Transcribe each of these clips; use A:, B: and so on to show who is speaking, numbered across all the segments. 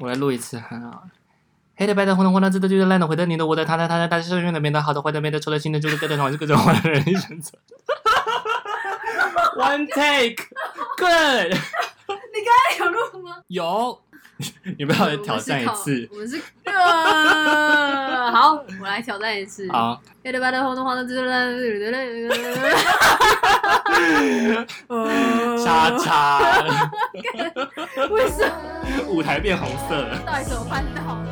A: 我来录一次，很好。黑的、白的、红的、黄的、紫的、橘的、蓝的、灰的、你的、我的、他的、他的、大家是用的、没的、好的、坏的、没的、丑的、新的、旧的、各种、各种、各种人一生存。One take, good。
B: 你刚才有录 吗？
A: 有，你不要挑战一次。
B: 我们是呃，好，我来挑战一次。
A: 好，
B: 黑的、白的、红的、黄的、紫的，
A: 叉叉，
B: 呃为什么？
A: 舞台变红色了。
B: 到底怎么办到的？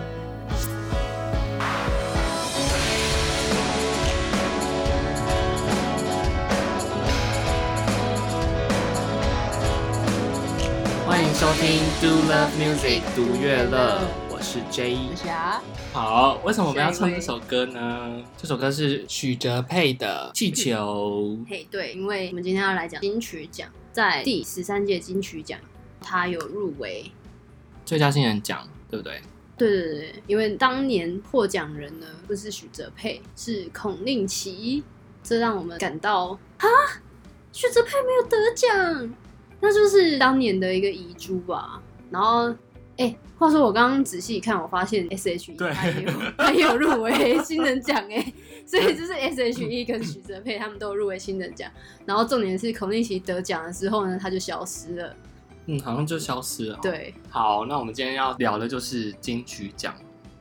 A: 欢迎收听 Do Love Music 独乐乐，我是 J。
B: 我是啊，
A: 好，为什么我们要唱这首歌呢？这首歌是许哲佩的《气球》。
B: 嘿，对，因为我们今天要来讲金曲奖，在第十三届金曲奖，它有入围
A: 最佳新人奖，对不对？
B: 对对对对，因为当年获奖人呢不是许哲佩，是孔令奇，这让我们感到啊，许哲佩没有得奖，那就是当年的一个遗珠吧。然后，哎、话说我刚刚仔细看，我发现 S.H.E
A: 对
B: 还有还有入围新人奖哎、所以就是 S.H.E 跟许哲佩他们都有入围新人奖。然后重点是孔令奇得奖的时候呢，他就消失了。
A: 嗯，好像就消失了。，
B: 对，
A: 好，那我们今天要聊的就是金曲奖。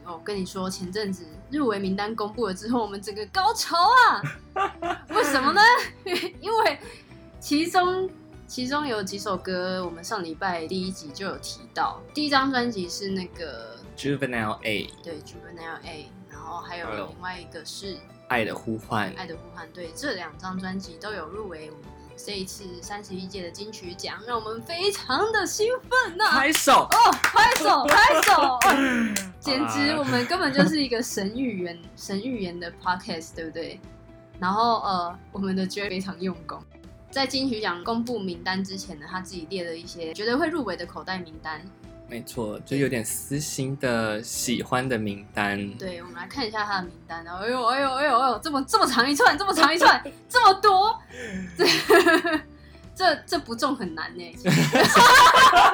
B: 我哦跟你说，前阵子入围名单公布了之后，我们整个高潮啊！为什么呢？ 因为其中其中有几首歌，我们上礼拜第一集就有提到。第一张专辑是那个
A: Juvenile A，
B: 对《Juvenile A》，然后还有
A: 还有
B: 另外一个是《
A: 爱的呼唤。
B: 爱的呼唤》。对，这两张专辑都有入围这一次三十一届的金曲奖，让我们非常的兴奋呐、
A: 拍手！
B: 哦，拍手拍手，哎简直我们根本就是一个神预言 神预言的 podcast，对不对？然后呃，我们的 J 非常用功，在金曲奖公布名单之前呢，他自己列了一些觉得会入围的口袋名单。
A: 没错，就有点私心的喜欢的名单。
B: 对，我们来看一下他的名单。然后，哎呦哎呦哎呦哎呦，这么这么长一串，这么长一串，这么多，这这这不中很难呢、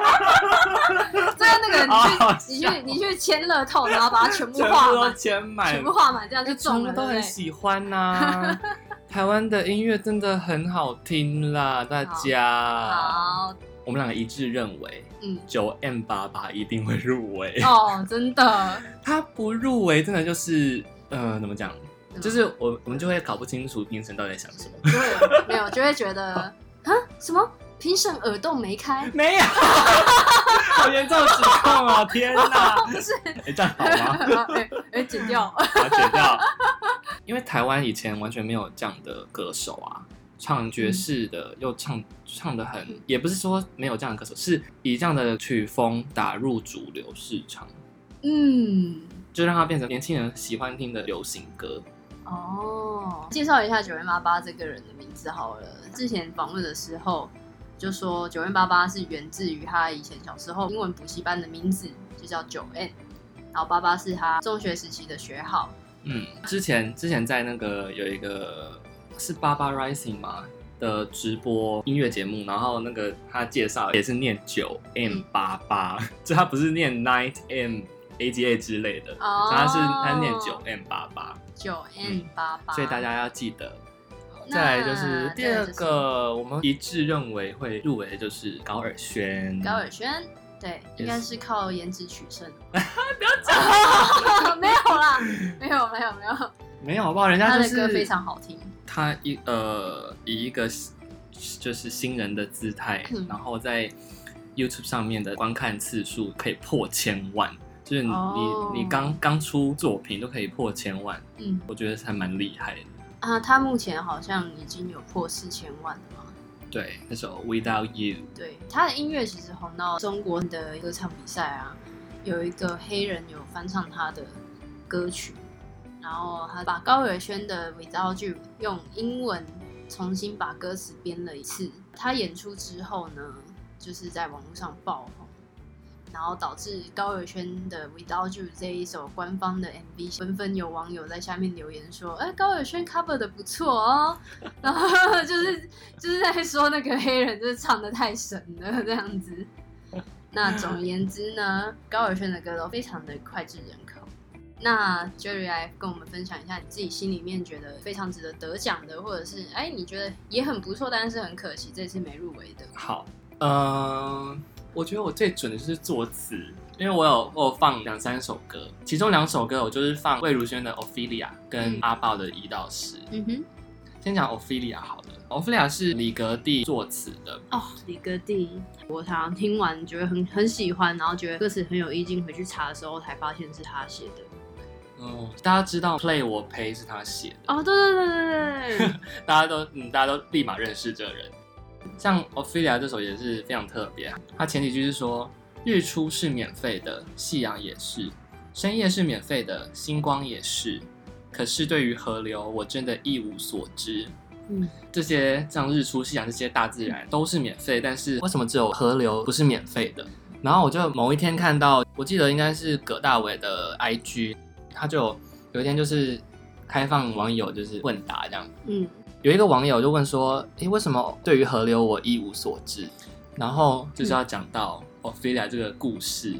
B: 这那个你去
A: 好好
B: 你去你去签乐透，然后把它全部
A: 全
B: 画
A: 部都
B: 满，
A: 填满，
B: 全部画满，这样就中了，
A: 哎都
B: 对
A: 很
B: 不对
A: 喜欢呐、 台湾的音乐真的很好听啦，大家。
B: 好，
A: 我们两个一致认为，
B: 嗯，
A: 九 M 八八一定会入围。
B: 哦，真的，
A: 他不入围，真的就是，呃，怎么讲？
B: 嗯
A: 就是我我们就会搞不清楚评审到底在想什么。
B: 就会没有，就会觉 得啊，什么评审耳洞没开，
A: 没有，好严重的指控 哦！天哪，
B: 不是，
A: 哎，这样好吗？
B: 哎哎，剪 掉，
A: 把它剪掉。因为台湾以前完全没有这样的歌手啊，唱爵士的、又唱唱的很，也不是说没有这样的歌手，是以这样的曲风打入主流市场，
B: 嗯。
A: 就让它变成年轻人喜欢听的流行歌。
B: 哦，介绍一下九零八八这个人的名字好了。之前访问的时候就说九零八八是源自于他以前小时候英文补习班的名字，就叫九 N，然后八八是他中学时期的学号。
A: 嗯，之前之前在那个有一个是爸爸 Rising 嘛的直播音乐节目，然后那个他介绍也是念九 M 八八， 就他不是念 Nine M A G A 之类的，
B: 哦
A: 他是他念九 M 八八，
B: 九 N 八
A: 嗯
B: 八，
A: 所以大家要记得。
B: 那
A: 再来就是第二
B: 再来
A: 个，我们一致认为会入围的就是高尔宣。
B: 就是高尔宣，对，应该是靠颜值取 胜。不
A: 要
B: 讲，没有啦，没有没有没有，
A: 没有好不好？人家
B: 他
A: 就
B: 的
A: 是
B: 歌非常好听。
A: 他一呃以一个就是新人的姿态，
B: 嗯
A: 然后在 YouTube 上面的观看次数可以破千万，就是你、
B: 哦
A: 你你刚刚出作品都可以破千万，
B: 嗯
A: 我觉得还蛮厉害的。
B: 啊，他目前好像已经有破四千万了嘛。
A: 对，那首 Without You，
B: 对，他的音乐其实红到中国的歌唱比赛啊，有一个黑人有翻唱他的歌曲，然后他把高尔宣的《Without You》用英文重新把歌词编了一次。他演出之后呢，就是在网络上爆红，然后导致高尔宣的《Without You》这一首官方的 MV，纷纷有网友在下面留言说：“哎、高尔宣 cover 的不错哦。” 然后就是就是在说那个黑人就是唱的太神了这样子。那总而言之呢，高尔宣的歌都非常的脍炙人口。那 Jerry 来跟我们分享一下你自己心里面觉得非常值得得奖的，或者是哎你觉得也很不错，但是很可惜这次没入围的。
A: 好，嗯、我觉得我最准的就是作词，因为我有我有放两三首歌，其中两首歌我就是放魏如萱的《Ophelia》跟
B: 嗯
A: 阿豹的《胰岛石》。
B: 嗯哼，
A: 先讲 Ophelia 好了，Ophelia 是李格弟作词的，
B: 哦，李哥弟，我常常听完觉得很很喜欢，然后觉得歌词很有意境，回去查的时候才发现是他写的。
A: 嗯，大家知道 Play 我陪是他写的，
B: 哦，对对对 对对，
A: 大家都嗯大家都立马认识这个人。像 Ophelia 这首也是非常特别，啊它前几句是说日出是免费的，夕阳也是，深夜是免费的，星光也是。可是对于河流，我真的一无所知。
B: 嗯，
A: 这些像日出、夕阳这些大自然都是免费，但是为什么只有河流不是免费的？然后我就某一天看到，我记得应该是葛大为的 IG，他就有一天就是开放网友就是问答这样，
B: 嗯，
A: 有一个网友就问说：“诶，为什么对于河流我一无所知？”然后就是要讲到 Ophelia 这个故事。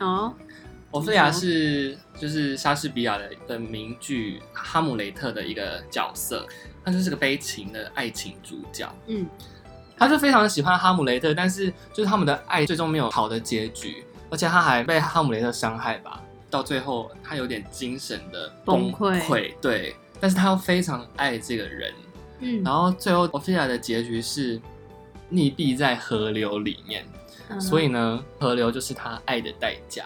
B: 哦，
A: 奥菲利亚是就是莎士比亚的的名剧《哈姆雷特》的一个角色，他就是个悲情的爱情主角。
B: 嗯，
A: 他就非常喜欢哈姆雷特，但是就是他们的爱最终没有好的结局，而且他还被哈姆雷特伤害吧，到最后他有点精神的崩
B: 崩
A: 溃对，但是他又非常爱这个人，
B: 嗯，
A: 然后最后奥菲利亚的结局是溺毙在河流里面，
B: 嗯
A: 所以呢，河流就是他爱的代价。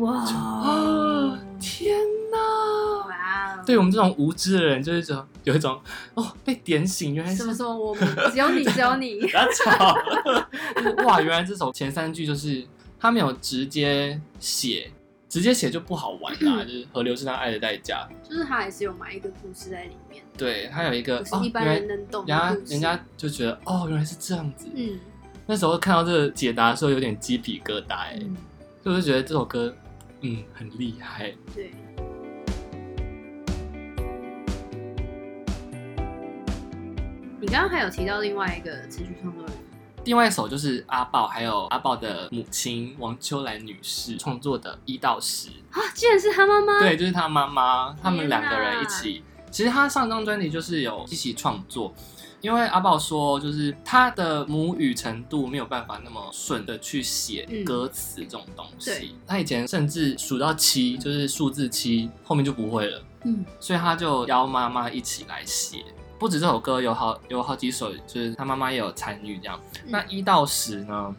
B: 哇哦
A: 啊！
B: 嗯
A: 天哪！
B: 哇，
A: 对我们这种无知的人，就是说有一种哦被点醒，原来
B: 什
A: 是
B: 么什么我们只有你只有 你，
A: 不要吵。 哇，原来这首前三句就是他没有直接写，直接写就不好玩 啦。就是河流是他爱的代价。
B: 就是他还是有埋一个故事在里面，
A: 对他有一个
B: 不是
A: 哦
B: 一般人能懂
A: 原来人
B: 的
A: 家
B: 故事。
A: 人家就觉得哦原来是这样子。
B: 嗯
A: 那时候看到这个解答的时候有点鸡皮疙瘩、欸，
B: 嗯，
A: 所以我就觉得这首歌嗯很厉害。
B: 对，你刚刚还有提到另外一个词曲创作人，
A: 另外一首就是阿豹，还有阿豹的母亲王秋兰女士创作的《一到十》，
B: 啊，竟然是他妈妈。
A: 对，就是她妈妈，他们两个
B: 天哪
A: 人一起。其实她上张专辑就是有一起创作，因为阿豹说，就是她的母语程度没有办法那么顺的去写
B: 嗯
A: 歌词这种东
B: 对
A: 西。她以前甚至数到七，就是数字七，后面就不会了。
B: 嗯，
A: 所以他就邀妈妈一起来写。不止这首歌，有好有好几首，就是他妈妈也有参与这样。那一到十呢？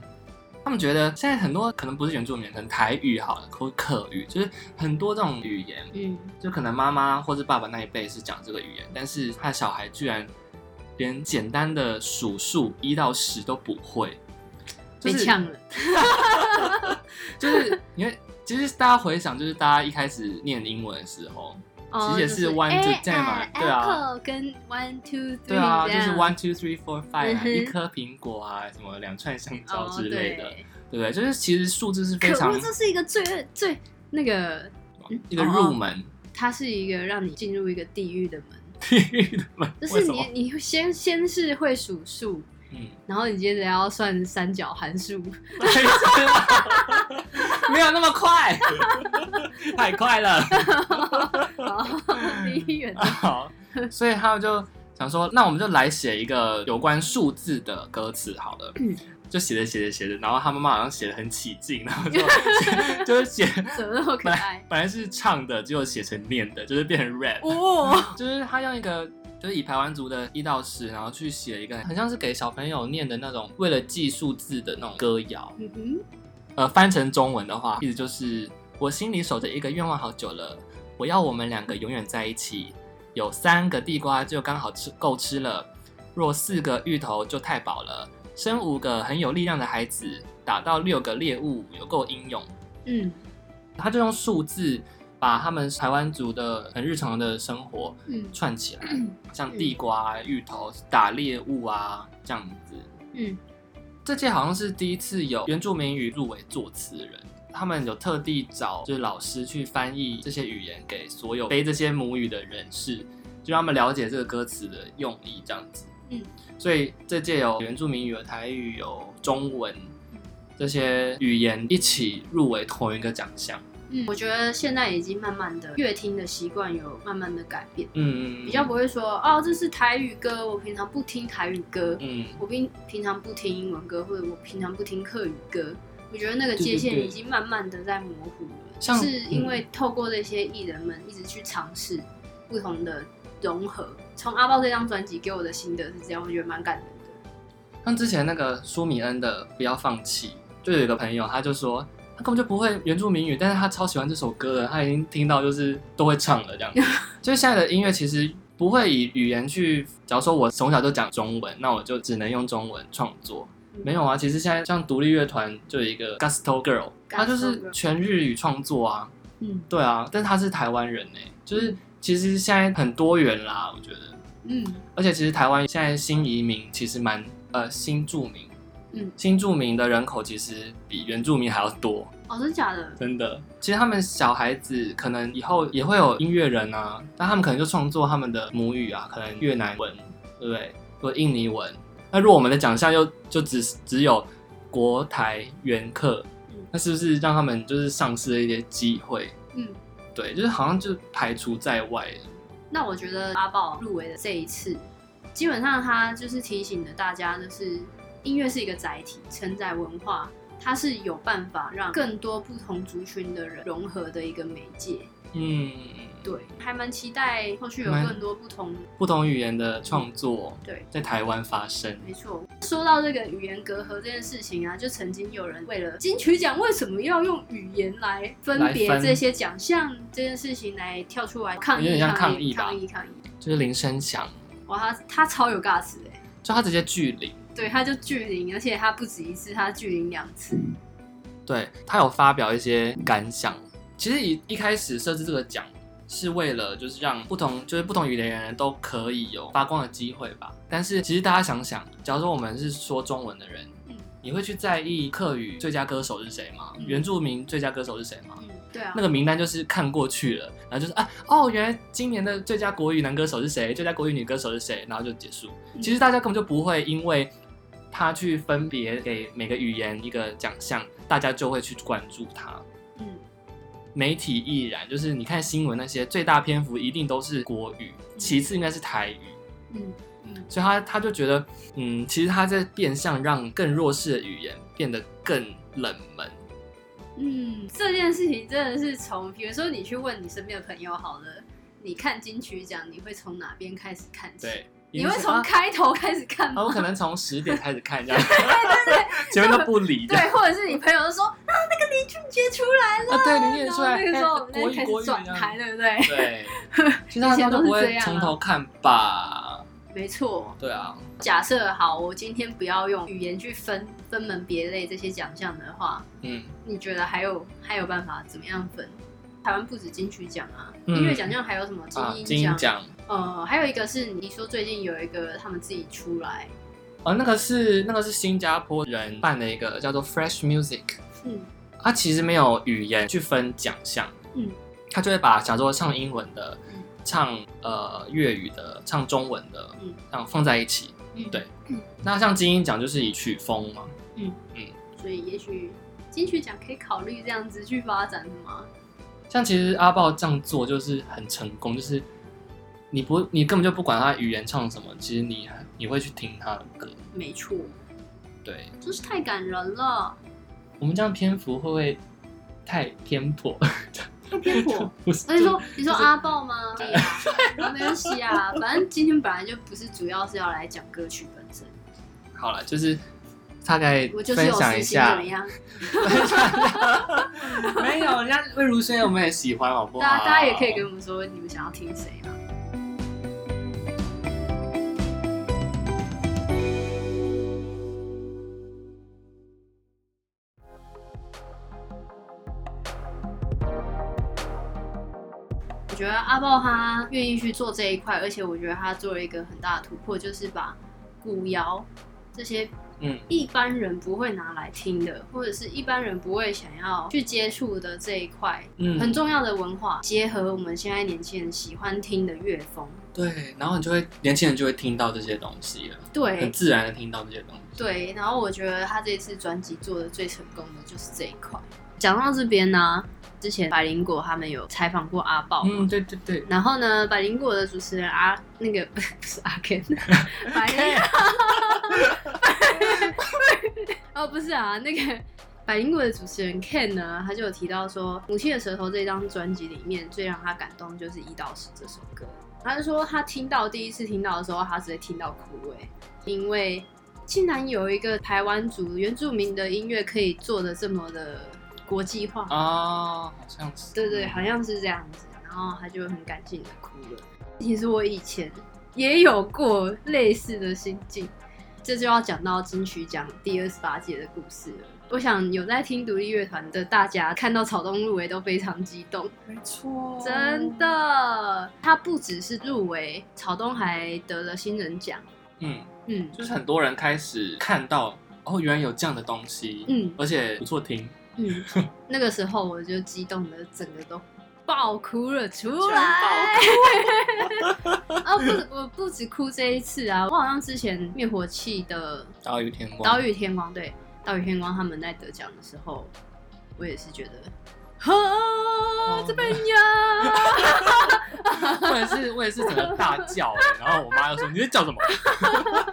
A: 他们觉得现在很多可能不是原住民，可能台语好了，或客语，就是很多这种语言，
B: 嗯，
A: 就可能妈妈或是爸爸那一辈是讲这个语言，但是他小孩居然连简单的数数一到十都不会，就
B: 被
A: 是
B: 呛了。
A: 就是因为其实大家回想，就是大家一开始念英文的时候，
B: 哦
A: 其实也
B: 就是
A: one to ten 嘛
B: A-
A: 对啊
B: apple 跟 one two three
A: 对啊，
B: 这
A: 就
B: 样
A: 是 one two three four
B: 嗯
A: five 啊，
B: 哼
A: 一颗苹果啊，什么两串香蕉
B: 哦
A: 之类的，
B: 对
A: 对不对？就是其实数字是非
B: 可
A: 常
B: 恶，这是一个最最那个，嗯
A: 一个入，门，
B: 它是一个让你进入一个地狱的门， 就
A: 为
B: 哦是
A: 什
B: 你
A: 么？
B: 你先先是会数数，
A: 嗯，
B: 然后你接着要算三角函数，
A: 没有那么 快，太快了。
B: 然后
A: 嗯
B: 离远的，
A: 好，所以他们就想说，那我们就来写一个有关数字的歌词好了。
B: 嗯
A: 就写着写着写着，然后他妈妈好像写的很起劲，然后就 就是写，
B: 怎么那么可爱？
A: 本来是唱的，结果写成念的，就是变成 rap。
B: 哦，
A: 就是他用一个就是以台湾族的一到十，然后去写一个很像是给小朋友念的那种为了记数字的那种歌谣。
B: 嗯哼，
A: 呃，翻成中文的话，意思就是我心里守着一个愿望好久了，我要我们两个永远在一起。有三个地瓜就刚好吃够吃了，若四个芋头就太饱了，生五个很有力量的孩子，打到六个猎物有够英勇。
B: 嗯
A: 他就用数字把他们台湾族的很日常的生活
B: 嗯
A: 串起来，像地瓜、啊芋头打猎物啊这样子。
B: 嗯
A: 这届好像是第一次有原住民语入围作词人，他们有特地找就是老师去翻译这些语言给所有背这些母语的人士，就让他们了解这个歌词的用意这样子。
B: 嗯，
A: 所以这届有原住民语、有台语、有中文
B: 嗯，
A: 这些语言一起入围同一个奖项。
B: 嗯，我觉得现在已经慢慢的乐听的习惯有慢慢的改变，
A: 嗯嗯，嗯
B: 比较不会说哦，这是台语歌，我平常不听台语歌，
A: 嗯，
B: 我平平常不听英文歌，或者我平常不听客语歌。我觉得那个
A: 对
B: 界
A: 对
B: 限
A: 对
B: 已经慢慢的在模糊了，
A: 像
B: 是因
A: 嗯
B: 为透过这些艺人们一直去尝试不同的融合。从阿豹这张专辑给我的心得是这样，我觉得蛮感人的。
A: 像之前那个舒米恩的《不要放弃》，就有一个朋友，他就说他根本就不会原住民语，但是他超喜欢这首歌的，他已经听到就是都会唱了这 样子。就是现在的音乐其实不会以语言去，假如说我从小就讲中文，那我就只能用中文创作。
B: 嗯
A: 没有啊，其实现在像独立乐团就有一个 Gusto Girl，他就
B: Gusto
A: 是
B: Girl
A: 全日语创作啊。
B: 嗯
A: 对啊，但他是台湾人呢、就是其实现在很多元啦，我觉得。
B: 嗯
A: 而且其实台湾现在新移民其实蛮呃新住民，
B: 嗯，
A: 新住民的人口其实比原住民还要多，
B: 哦，真假的？
A: 真的。其实他们小孩子可能以后也会有音乐人啊，但他们可能就创作他们的母语啊，可能越南文，对不对？或者印尼文。那如果我们的奖项又就只只有国台原客
B: 嗯，
A: 那是不是让他们就是丧失了一些机会？
B: 嗯，
A: 对，就是好像就排除在外了。
B: 那我觉得阿豹入围的这一次，基本上他就是提醒了大家，就是音乐是一个载体，承载文化，它是有办法让更多不同族群的人融合的一个媒介。
A: 嗯，
B: 对，还蛮期待后续有
A: 蛮
B: 更多不同。
A: 不同语言的创作。
B: 对，
A: 在台湾发生。
B: 没错。说到这个语言隔阂这件事情啊，就曾经有人为了金曲奖为什么要用语言来分别
A: 来分
B: 这些奖项这件事情来跳出来抗
A: 有
B: 议
A: 点像
B: 抗
A: 抗议吧
B: 抗议抗议。
A: 就是林声祥，
B: 哇，他他超有 gas 哎、
A: 就他直接拒领。
B: 对，他就拒领，而且他不止一次，他拒领两次。
A: 对他有发表一些感想。其实一一开始设置这个奖是为了就是让不同就是不同语言的人都可以有发光的机会吧。但是其实大家想想，假如说我们是说中文的人，
B: 嗯
A: 你会去在意客语最佳歌手是谁吗？
B: 嗯
A: 原住民最佳歌手是谁吗？
B: 嗯，对啊，
A: 那个名单就是看过去了，然后就是啊，哦，原来今年的最佳国语男歌手是谁，最佳国语女歌手是谁，然后就结束。
B: 嗯
A: 其实大家根本就不会因为他去分别给每个语言一个奖项，大家就会去关注他。
B: 嗯
A: 媒体亦然，就是你看新闻那些最大篇幅一定都是国语，其次应该是台语。
B: 嗯嗯
A: 所以他他就觉得，嗯，其实他在变相让更弱势的语言变得更冷门。
B: 嗯，这件事情真的是从，比如说你去问你身边的朋友好了，你看金曲奖，你会从哪边开始看起？，
A: 对，
B: 你会
A: 啊
B: 从开头开始看
A: 啊，
B: 吗？
A: 我可能从十点开始看 这样，
B: 哎
A: 前面都不理 的。
B: 对，或者是你朋友就说啊，那个林俊杰出来了，
A: 啊，对，你念
B: 然
A: 出
B: 后
A: 来，
B: 那个时候我
A: 哎国
B: 们
A: 语
B: 开
A: 国语
B: 始转
A: 这样
B: 台，对不对？
A: 对，其他他都不会从头看吧？
B: 没错。
A: 对啊，
B: 假设好，我今天不要用语言去分分门别类这些奖项的话，
A: 嗯，
B: 你觉得还有还有办法怎么样分？台湾不止金曲奖啊，
A: 嗯
B: 音乐奖项还有什么
A: 啊，
B: 金
A: 金
B: 音
A: 鹰
B: 奖？
A: 奖
B: 呃，还有一个是你说最近有一个他们自己出来，
A: 哦，那个是那个是新加坡人办的一个叫做 Fresh Music，
B: 嗯
A: 它其实没有语言去分奖项，
B: 嗯，
A: 它就会把假如说唱英文的
B: 嗯、
A: 唱呃粤语的、唱中文的
B: 嗯，
A: 这样放在一起。
B: 嗯，
A: 对那像金鹰奖就是以曲风嘛，
B: 嗯所以也许金曲奖可以考虑这样子去发展的吗？
A: 像其实阿豹这样做就是很成功，就是你不你根本就不管他语言唱什么，其实你你会去听他的歌。
B: 没错，
A: 对
B: 真是太感人了，
A: 我们这样篇幅会不会太偏颇？
B: 太偏 颇。
A: 不是
B: 那你说你说阿豹吗？对呀、 啊，没关系啊，反正今天本来就不是主要是要来讲歌曲本身，
A: 好了，就是大概
B: 我就是
A: 分
B: 有
A: 享一
B: 私心
A: 下
B: 怎么，样？
A: 分享一下。没有，人家魏如萱我们也喜欢，好不好？
B: 大家大家也可以跟我们说你们想要听谁啊？我觉得阿豹他愿意去做这一块，而且我觉得他做了一个很大的突破，就是把古谣这些
A: 嗯
B: 一般人不会拿来听的，或者是一般人不会想要去接触的这一块，
A: 嗯
B: 很重要的文化，结合我们现在年轻人喜欢听的乐风，
A: 对，然后你就会年轻人就会听到这些东西了，很
B: 对
A: 自然的听到这些东西。
B: 对，然后我觉得他这次专辑做的最成功的就是这一块。讲到这边呢、之前百灵果他们有采访过阿豹嘛，
A: 嗯，对对对，
B: 然后呢，百灵果的主持人阿那个不是阿 Ken，百灵哦不是啊，那个百灵果的主持人 Ken 呢，他就有提到说，《母亲的舌头》这张专辑里面最让他感动就是《一到十》这首歌。他就说他听到第一次听到的时候，他直接听到哭哎、因为竟然有一个台湾族原住民的音乐可以做的这么的国际化
A: 哦，好像是，
B: 对对，好像是这样子。然后他就很感性的哭了。其实我以前也有过类似的心境，这就要讲到金曲奖第二十八届的故事了。我想有在听独立乐团的大家，看到草东入围都非常激动，
A: 没错，
B: 真，的。他不只是入围，草东还得了新人奖。
A: 嗯，
B: 嗯
A: 就是很多人开始看到，哦，原来有这样的东西，
B: 嗯
A: 而且不错听，
B: 嗯，那个时候我就激动的整个都爆哭了出
A: 全
B: 来。
A: 爆
B: 啊，不，我不止哭这一次啊，我好像之前灭火器的
A: 岛屿天光，
B: 岛屿天光，对，岛屿天光他们在得奖的时候，我也是觉得，啊，这边呀，
A: 我也是，我也是整个大叫、欸，然后我妈又说：“你在叫什么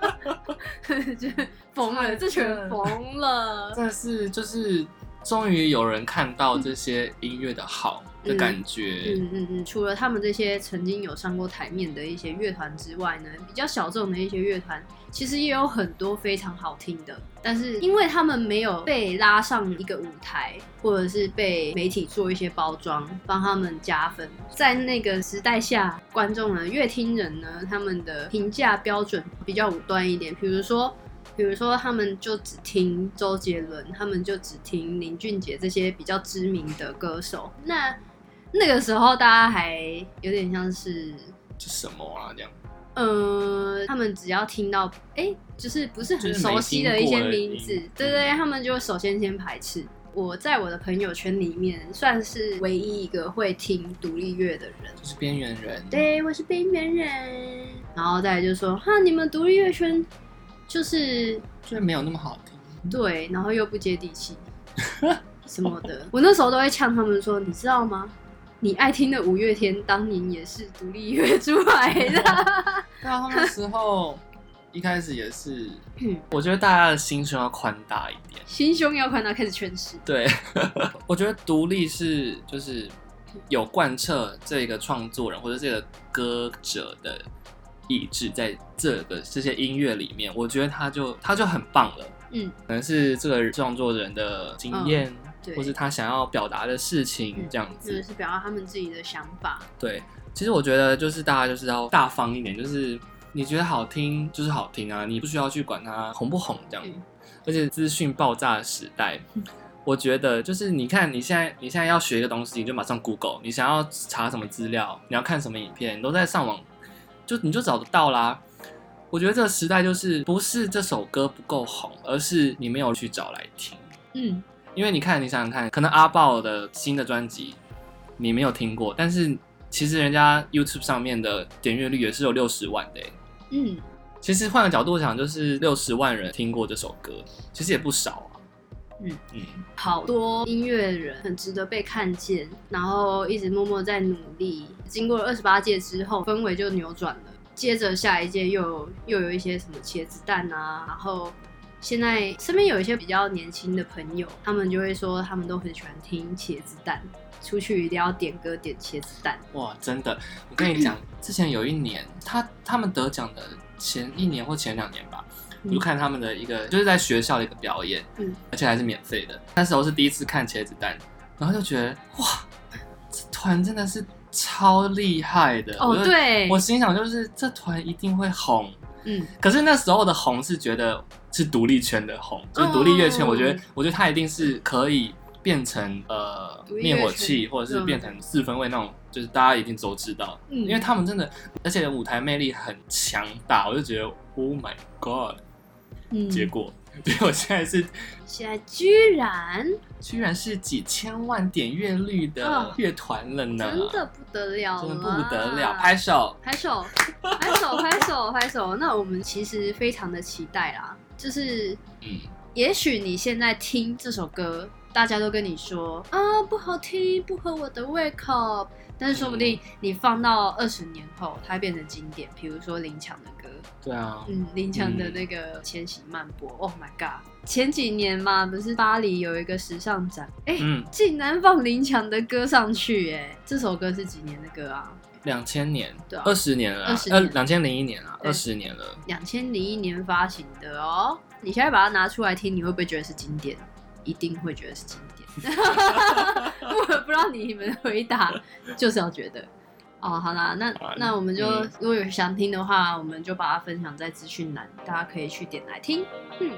B: 就是疯了，这全疯？”了，
A: 但是就是终于有人看到这些音乐的好的感觉，
B: 嗯嗯嗯，除了他们这些曾经有上过台面的一些乐团之外呢，比较小众的一些乐团，其实也有很多非常好听的，但是因为他们没有被拉上一个舞台，或者是被媒体做一些包装，帮他们加分，在那个时代下，观众呢、乐听人呢，他们的评价标准比较武断一点，比如说。比如说，他们就只听周杰伦，他们就只听林俊杰这些比较知名的歌手。那那个时候大家还有点像是，
A: 这什么啊？这样
B: 呃，他们只要听到哎、就是不是很
A: 就是没
B: 熟悉
A: 听
B: 的一些
A: 过的
B: 名
A: 音
B: 字，
A: 嗯
B: 对对，他们就会首先先排斥。我在我的朋友圈里面算是唯一一个会听独立乐的人，
A: 就是边缘人，，
B: 对我是边缘人。然后再来就说哈，你们独立乐圈就是
A: 就是没有那么好听。
B: 对，然后又不接地气什么的。我那时候都会呛他们说，你知道吗？你爱听的五月天当年也是独立乐出来的。
A: 对啊，他们时候一开始也是
B: 嗯，
A: 我觉得大家的心胸要宽大一点。
B: 心胸要宽大，开始诠释。
A: 对， 我觉得独立是就是有贯彻这个创作人或者这个歌者的意志，在这个这些音乐里面，我觉得他就他就很棒了。
B: 嗯，
A: 可能是这个创作人的经验，
B: 对
A: 或是他想要表达的事情
B: 嗯
A: 这样
B: 就
A: 子。
B: 是表达他们自己的想法。
A: 对，其实我觉得就是大家就是要大方一点，就是你觉得好听就是好听啊，你不需要去管它红不红这样。
B: 嗯
A: 而且资讯爆炸的时代，我觉得就是你看你现在你现在要学一个东西，你就马上 Google，你想要查什么资料，你要看什么影片，你都在上网，就你就找得到啦。我觉得这个时代就是不是这首歌不够红，而是你没有去找来听。
B: 嗯，
A: 因为你看，你想想看，可能阿豹的新的专辑你没有听过，但是其实人家 YouTube 上面的点阅率也是有六十万的欸。
B: 嗯，
A: 其实换个角度想，就是六十万人听过这首歌，其实也不少啊。
B: 嗯
A: 嗯，
B: 好多音乐人很值得被看见，然后一直默默在努力。经过了二十八届之后，氛围就扭转了。接着下一届又又有一些什么茄子蛋啊，然后现在身边有一些比较年轻的朋友，他们就会说他们都很喜欢听茄子蛋，出去一定要点歌点茄子蛋。
A: 哇，真的，我跟你讲，之前有一年，他他们得奖的前一年或前两年吧，我就看他们的一个，就是在学校的一个表演，
B: 嗯
A: 而且还是免费的。那时候是第一次看茄子蛋，然后就觉得哇，这团真的是超厉害的。
B: 哦
A: 我，就，
B: 对
A: 我，心想就是这团一定会红。
B: 嗯，
A: 可是那时候的红是觉得是独立圈的红，就是独立乐圈。
B: 嗯
A: 我觉得，我觉得它一定是可以变成呃
B: 独立
A: 灭
B: 乐圈嗯
A: 火器，或者是变成四分卫那种，就是大家一定都知道。
B: 嗯
A: 因为他们真的，而且舞台魅力很强大，我就觉得 Oh my God！
B: 嗯
A: 结果 对我现在是
B: 现在居然
A: 居然是几千万点阅率的
B: 嗯
A: 乐团了呢，
B: 真的不得了
A: 真
B: 了，
A: 的不得了，拍手！
B: 拍手，拍手，拍手，拍手。那我们其实非常的期待啦，就是
A: 嗯，
B: 也许你现在听这首歌，大家都跟你说啊不好听，不合我的胃口，但是说不定你放到二十年后，它变成经典。比如说林强的歌，
A: 对啊，
B: 嗯，林强的那个《千禧曼波》o h my god！前几年嘛，不是巴黎有一个时尚展，哎、
A: 嗯，
B: 竟然放林强的歌上去、哎，这首歌是几年的歌啊？
A: 两千年
B: 对啊，
A: 二十年了啊，
B: 20
A: 呃，
B: 年
A: 两千零一年啊，
B: 对
A: 二十年了，
B: 两千零一年发行的哦。你现在把它拿出来听，你会不会觉得是经典？一定会觉得是经典。我不知道你们的回答，就是要觉得。哦，好啦，那
A: 好啊
B: 那我们就、
A: 嗯
B: 如果有想听的话，我们就把它分享在资讯栏，大家可以去点来听。嗯。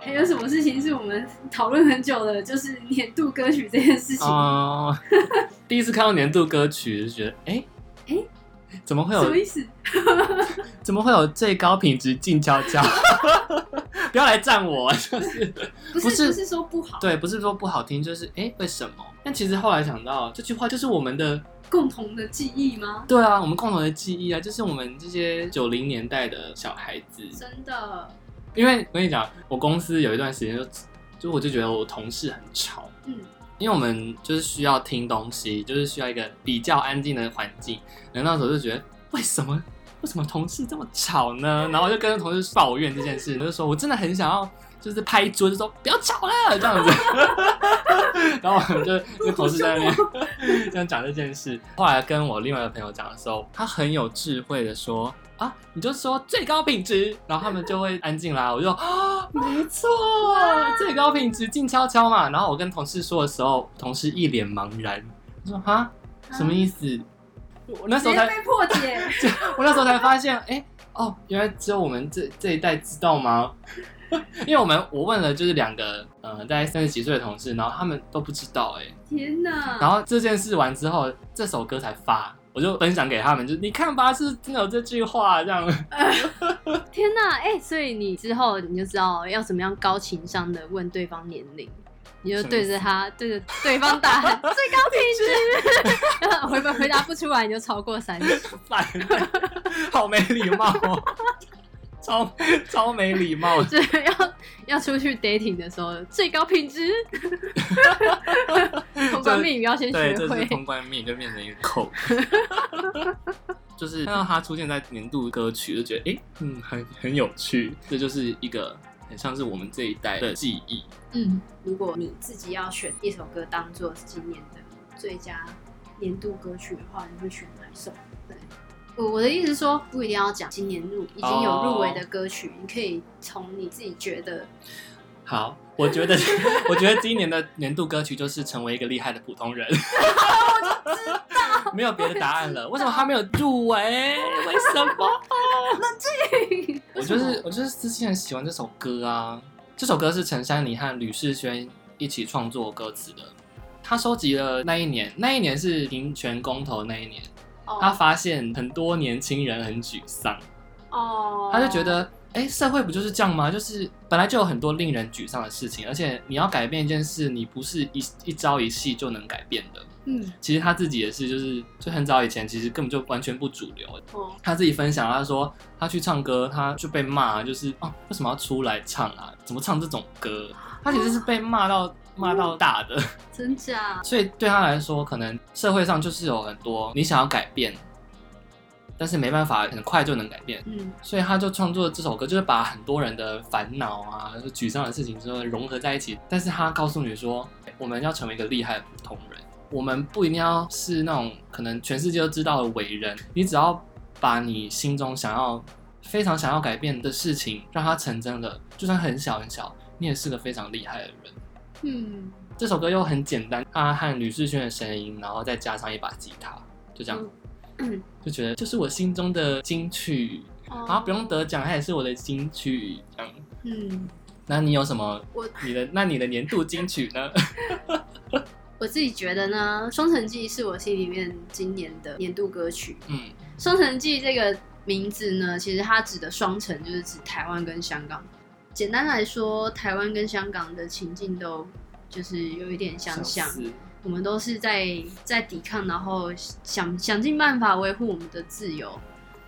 B: 还有什么事情是我们讨论很久的，就是年度歌曲这件事情？
A: 哦， 第一次看到年度歌曲就觉得，哎、
B: 诶
A: 怎么会
B: 什
A: 有
B: 么意思？
A: 怎么会有最高品质静悄悄？ 不要来赞我， 就是
B: 不
A: 不是
B: 是不是说不好，
A: 对，不是说不好听，就是哎、诶为什么？但其实后来想到这句话就是我们的，
B: 共同的记忆吗？
A: 对啊，我们共同的记忆啊，就是我们这些九零年代的小孩子，
B: 真的，
A: 因为我跟你讲，我公司有一段时间就就我就觉得我同事很吵，
B: 嗯，
A: 因为我们就是需要听东西，就是需要一个比较安静的环境。然后那时候就觉得，为什么 为什么同事这么吵呢？然后我就跟同事抱怨这件事，我就说我真的很想要，就是拍桌就说不要吵了这样子。 然后我们就跟同事在那边这样讲这件事。后来跟我另外一个朋友讲的时候，他很有智慧的说。啊，你就说最高品质，然后他们就会安静啦。我就啊，没错，啊最高品质静悄悄嘛。然后我跟同事说的时候，同事一脸茫然，他说哈，什么意思？我那时
B: 直
A: 候
B: 接
A: 才
B: 被破解，
A: 我那时候才发现，哎、哦，原来只有我们这这一代知道吗？ 因为我们我问了就是两个呃大概三十几岁的同事，然后他们都不知道哎、
B: 天哪！
A: 然后这件事完之后，这首歌才发，我就分享给他们，就你看吧，是真的有这句话这样。
B: 天哪，哎、所以你之后你就知道要怎么样高情商的问对方年龄。你就对着他，对着对方大喊 “最高品质”，然后回 回答不出来，你就超过 三十。
A: 烦，好没礼貌、哦， 超超没礼貌的。
B: 所以要要出去 dating 的时候，最高 品质， 通关密语要先
A: 对，
B: 学
A: 这是
B: 会。
A: 通关密就变成一个扣。 就是看到它出现在年度歌曲，就觉得哎、诶嗯，很很有趣。这就是一个很像是我们这一代的记忆。
B: 嗯，如果你自己要选一首歌当做今年的最佳年度歌曲的话，你会选哪一首？对，我我的意思是说，不一定要讲今年入已经有入围的歌曲，你可以从你自己觉 得
A: 好，我觉得 我觉得今年的年度歌曲就是成为一个厉害的普通人。
B: 哦
A: 没有别的答案了，为什么他没有入围？为什么？我就是我就是私心很喜欢这首歌啊。这首歌是陈珊妮和吕世轩一起创作歌词的。他收集了那一年，那一年是平权公投那一年，他
B: 哦
A: 发现很多年轻人很沮丧，
B: 哦，
A: 他就觉得，哎、社会不就是这样吗？就是本来就有很多令人沮丧的事情，而且你要改变一件事，你不是一一朝一夕就能改变的。
B: 嗯
A: 其实他自己也是，就是就很早以前，其实根本就完全不主流。
B: 哦
A: 他自己分享，他说他去唱歌，他就被骂，就是哦，为什么要出来唱啊？怎么唱这种歌？他其实是被骂到骂到大的，
B: 真假
A: 所以对他来说，可能社会上就是有很多你想要改变，但是没办法，很快就能改变。
B: 嗯
A: 所以他就创作这首歌，就是把很多人的烦恼啊、就是沮丧的事情，就是融合在一起。但是他告诉你说，我们要成为一个厉害的普通人，我们不一定要是那种可能全世界都知道的伟人，你只要把你心中想要、非常想要改变的事情，让它成真了，就算很小很小，你也是个非常厉害的人。
B: 嗯
A: 这首歌又很简单，它和吕士轩的声音，然后再加上一把吉他，就这样，
B: 嗯
A: 就觉得这是我心中的金曲。
B: 哦
A: 然后不用得奖，它也是我的金曲。这样，
B: 嗯。
A: 那你有什么？
B: 我
A: 你的那你的年度金曲 呢？
B: 我自己觉得呢，《双城记》是我心里面今年的年度歌曲，
A: 嗯，
B: 双城记这个名字呢，其实它指的双城就是指台湾跟香港。简单来说，台湾跟香港的情境都就是有一点相像，
A: 似
B: 我们都是在在抵抗，然后想想尽办法维护我们的自由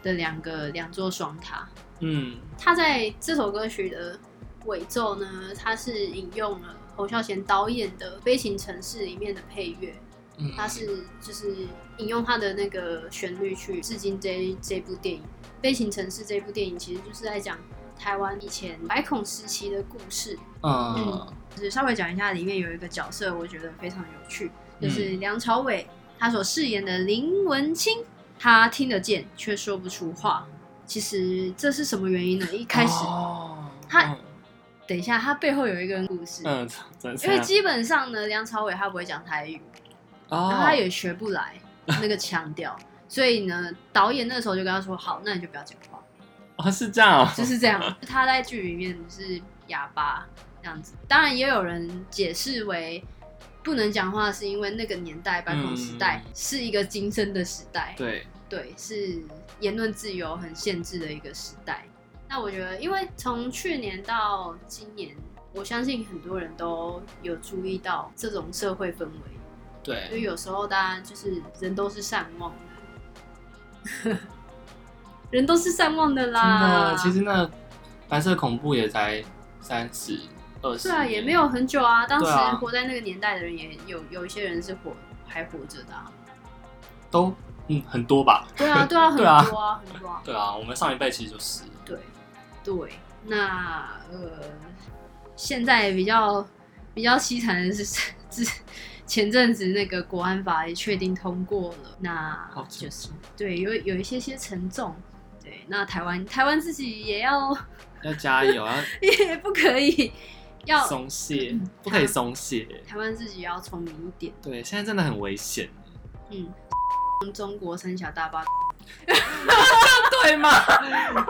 B: 的两个两座双塔。
A: 嗯
B: 他在这首歌曲的尾奏呢，他是引用了侯孝贤导演的《悲情城市》里面的配乐，
A: 嗯，
B: 他是就是引用他的那个旋律去致敬这这部电影《悲情城市》这部电影，其实就是在讲台湾以前白孔时期的故事。
A: 嗯
B: 就是稍微讲一下，里面有一个角色，我觉得非常有趣，就是
A: 嗯
B: 梁朝伟他所饰演的林文清，他听得见却说不出话。其实这是什么原因呢？一开始，
A: 哦
B: 他等一下，他背后有一个故事，
A: 嗯，嗯
B: 因为基本上呢，梁朝伟他不会讲台语，
A: 哦
B: 然后他也学不来那个腔调，所以呢，导演那时候就跟他说：“好，那你就不要讲话。”
A: 哦是这样哦，
B: 就是这样。他在剧里面是哑巴这样子，当然也有人解释为不能讲话，是因为那个年代白孔时代
A: 嗯
B: 是一个精深的时代，
A: 对，
B: 对，是言论自由很限制的一个时代。那我觉得，因为从去年到今年，我相信很多人都有注意到这种社会氛围，因为
A: 对，
B: 有时候大家就是人都是善忘的， 人都是善忘的
A: 真
B: 啦。
A: 的，其实那白色恐怖也才三十二十，
B: 对啊，也没有很久啊。当时
A: 对啊
B: 活在那个年代的人也有有一些人是活还活着 的、啊。
A: 都嗯很多吧，
B: 对啊，对啊，很
A: 对啊
B: 多啊，很多啊。
A: 对啊，我们上一辈其实就是
B: 对对，那呃，现在比较比较凄惨的是，是前阵子那个国安法也确定通过了，那
A: 好
B: 就
A: 沉
B: 是对有有一些些沉重。对，那台湾台湾自己也要
A: 要加油，
B: 也不可以 要
A: 要松懈
B: 嗯，
A: 不可以松懈，
B: 台湾自己也要聪明一点。
A: 对，现在真的很危险，
B: 嗯，中国三峡大坝。
A: 对吗？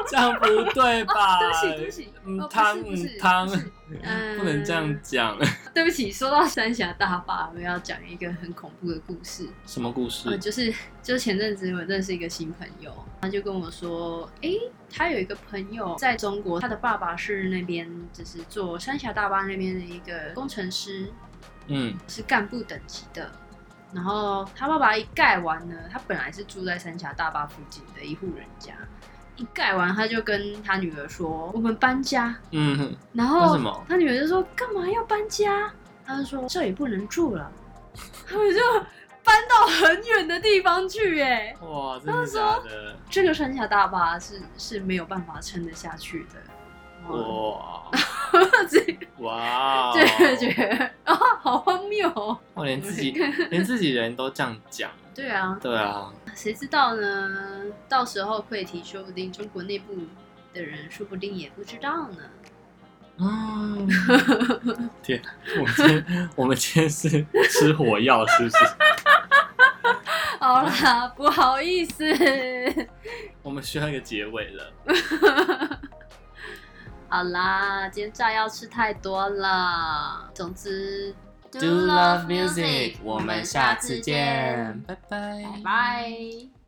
A: 这样不对 吧？
B: 对不起，对不
A: 嗯
B: 起，哦，
A: 汤
B: 不是，不是，
A: 嗯汤
B: 不是嗯
A: 不能这样讲，
B: 对不起，说到三峡大坝，我们要讲一个很恐怖的故事。
A: 什么故
B: 呃，
A: 事？
B: 就是就前阵子我认识一个新朋友，他就跟我说，诶，他有一个朋友在中国，他的爸爸是那边就是做三峡大坝那边的一个工程师，
A: 嗯
B: 是干部等级的。然后他爸爸一盖完呢，他本来是住在三峡大坝附近的一户人家，一盖完他就跟他女儿说：“我们搬家。”
A: 嗯，
B: 然后
A: 为什么
B: 他女儿就说：“干嘛要搬家？”他就说：“这里不能住了。”他们就搬到很远的地方去。哎，
A: 哇，真的假的？
B: 这个三峡大坝是是没有办法撑得下去的。哦我
A: 哇
B: 自己
A: 哇哦！
B: 就觉得啊，好荒谬哦。
A: 哇，连自己连自己人都这样讲，
B: 对啊，
A: 对啊，
B: 谁知道呢？到时候溃堤，说不定中国内部的人，说不定也不知道呢。
A: 嗯，天，我们今天我们今天是吃火药是 不是？
B: 好啦，不好意思。
A: 我们需要一个结尾了。
B: 好啦，今天炸药吃太多了。总之
A: Do love music，我们下次见，。拜拜，
B: 拜拜。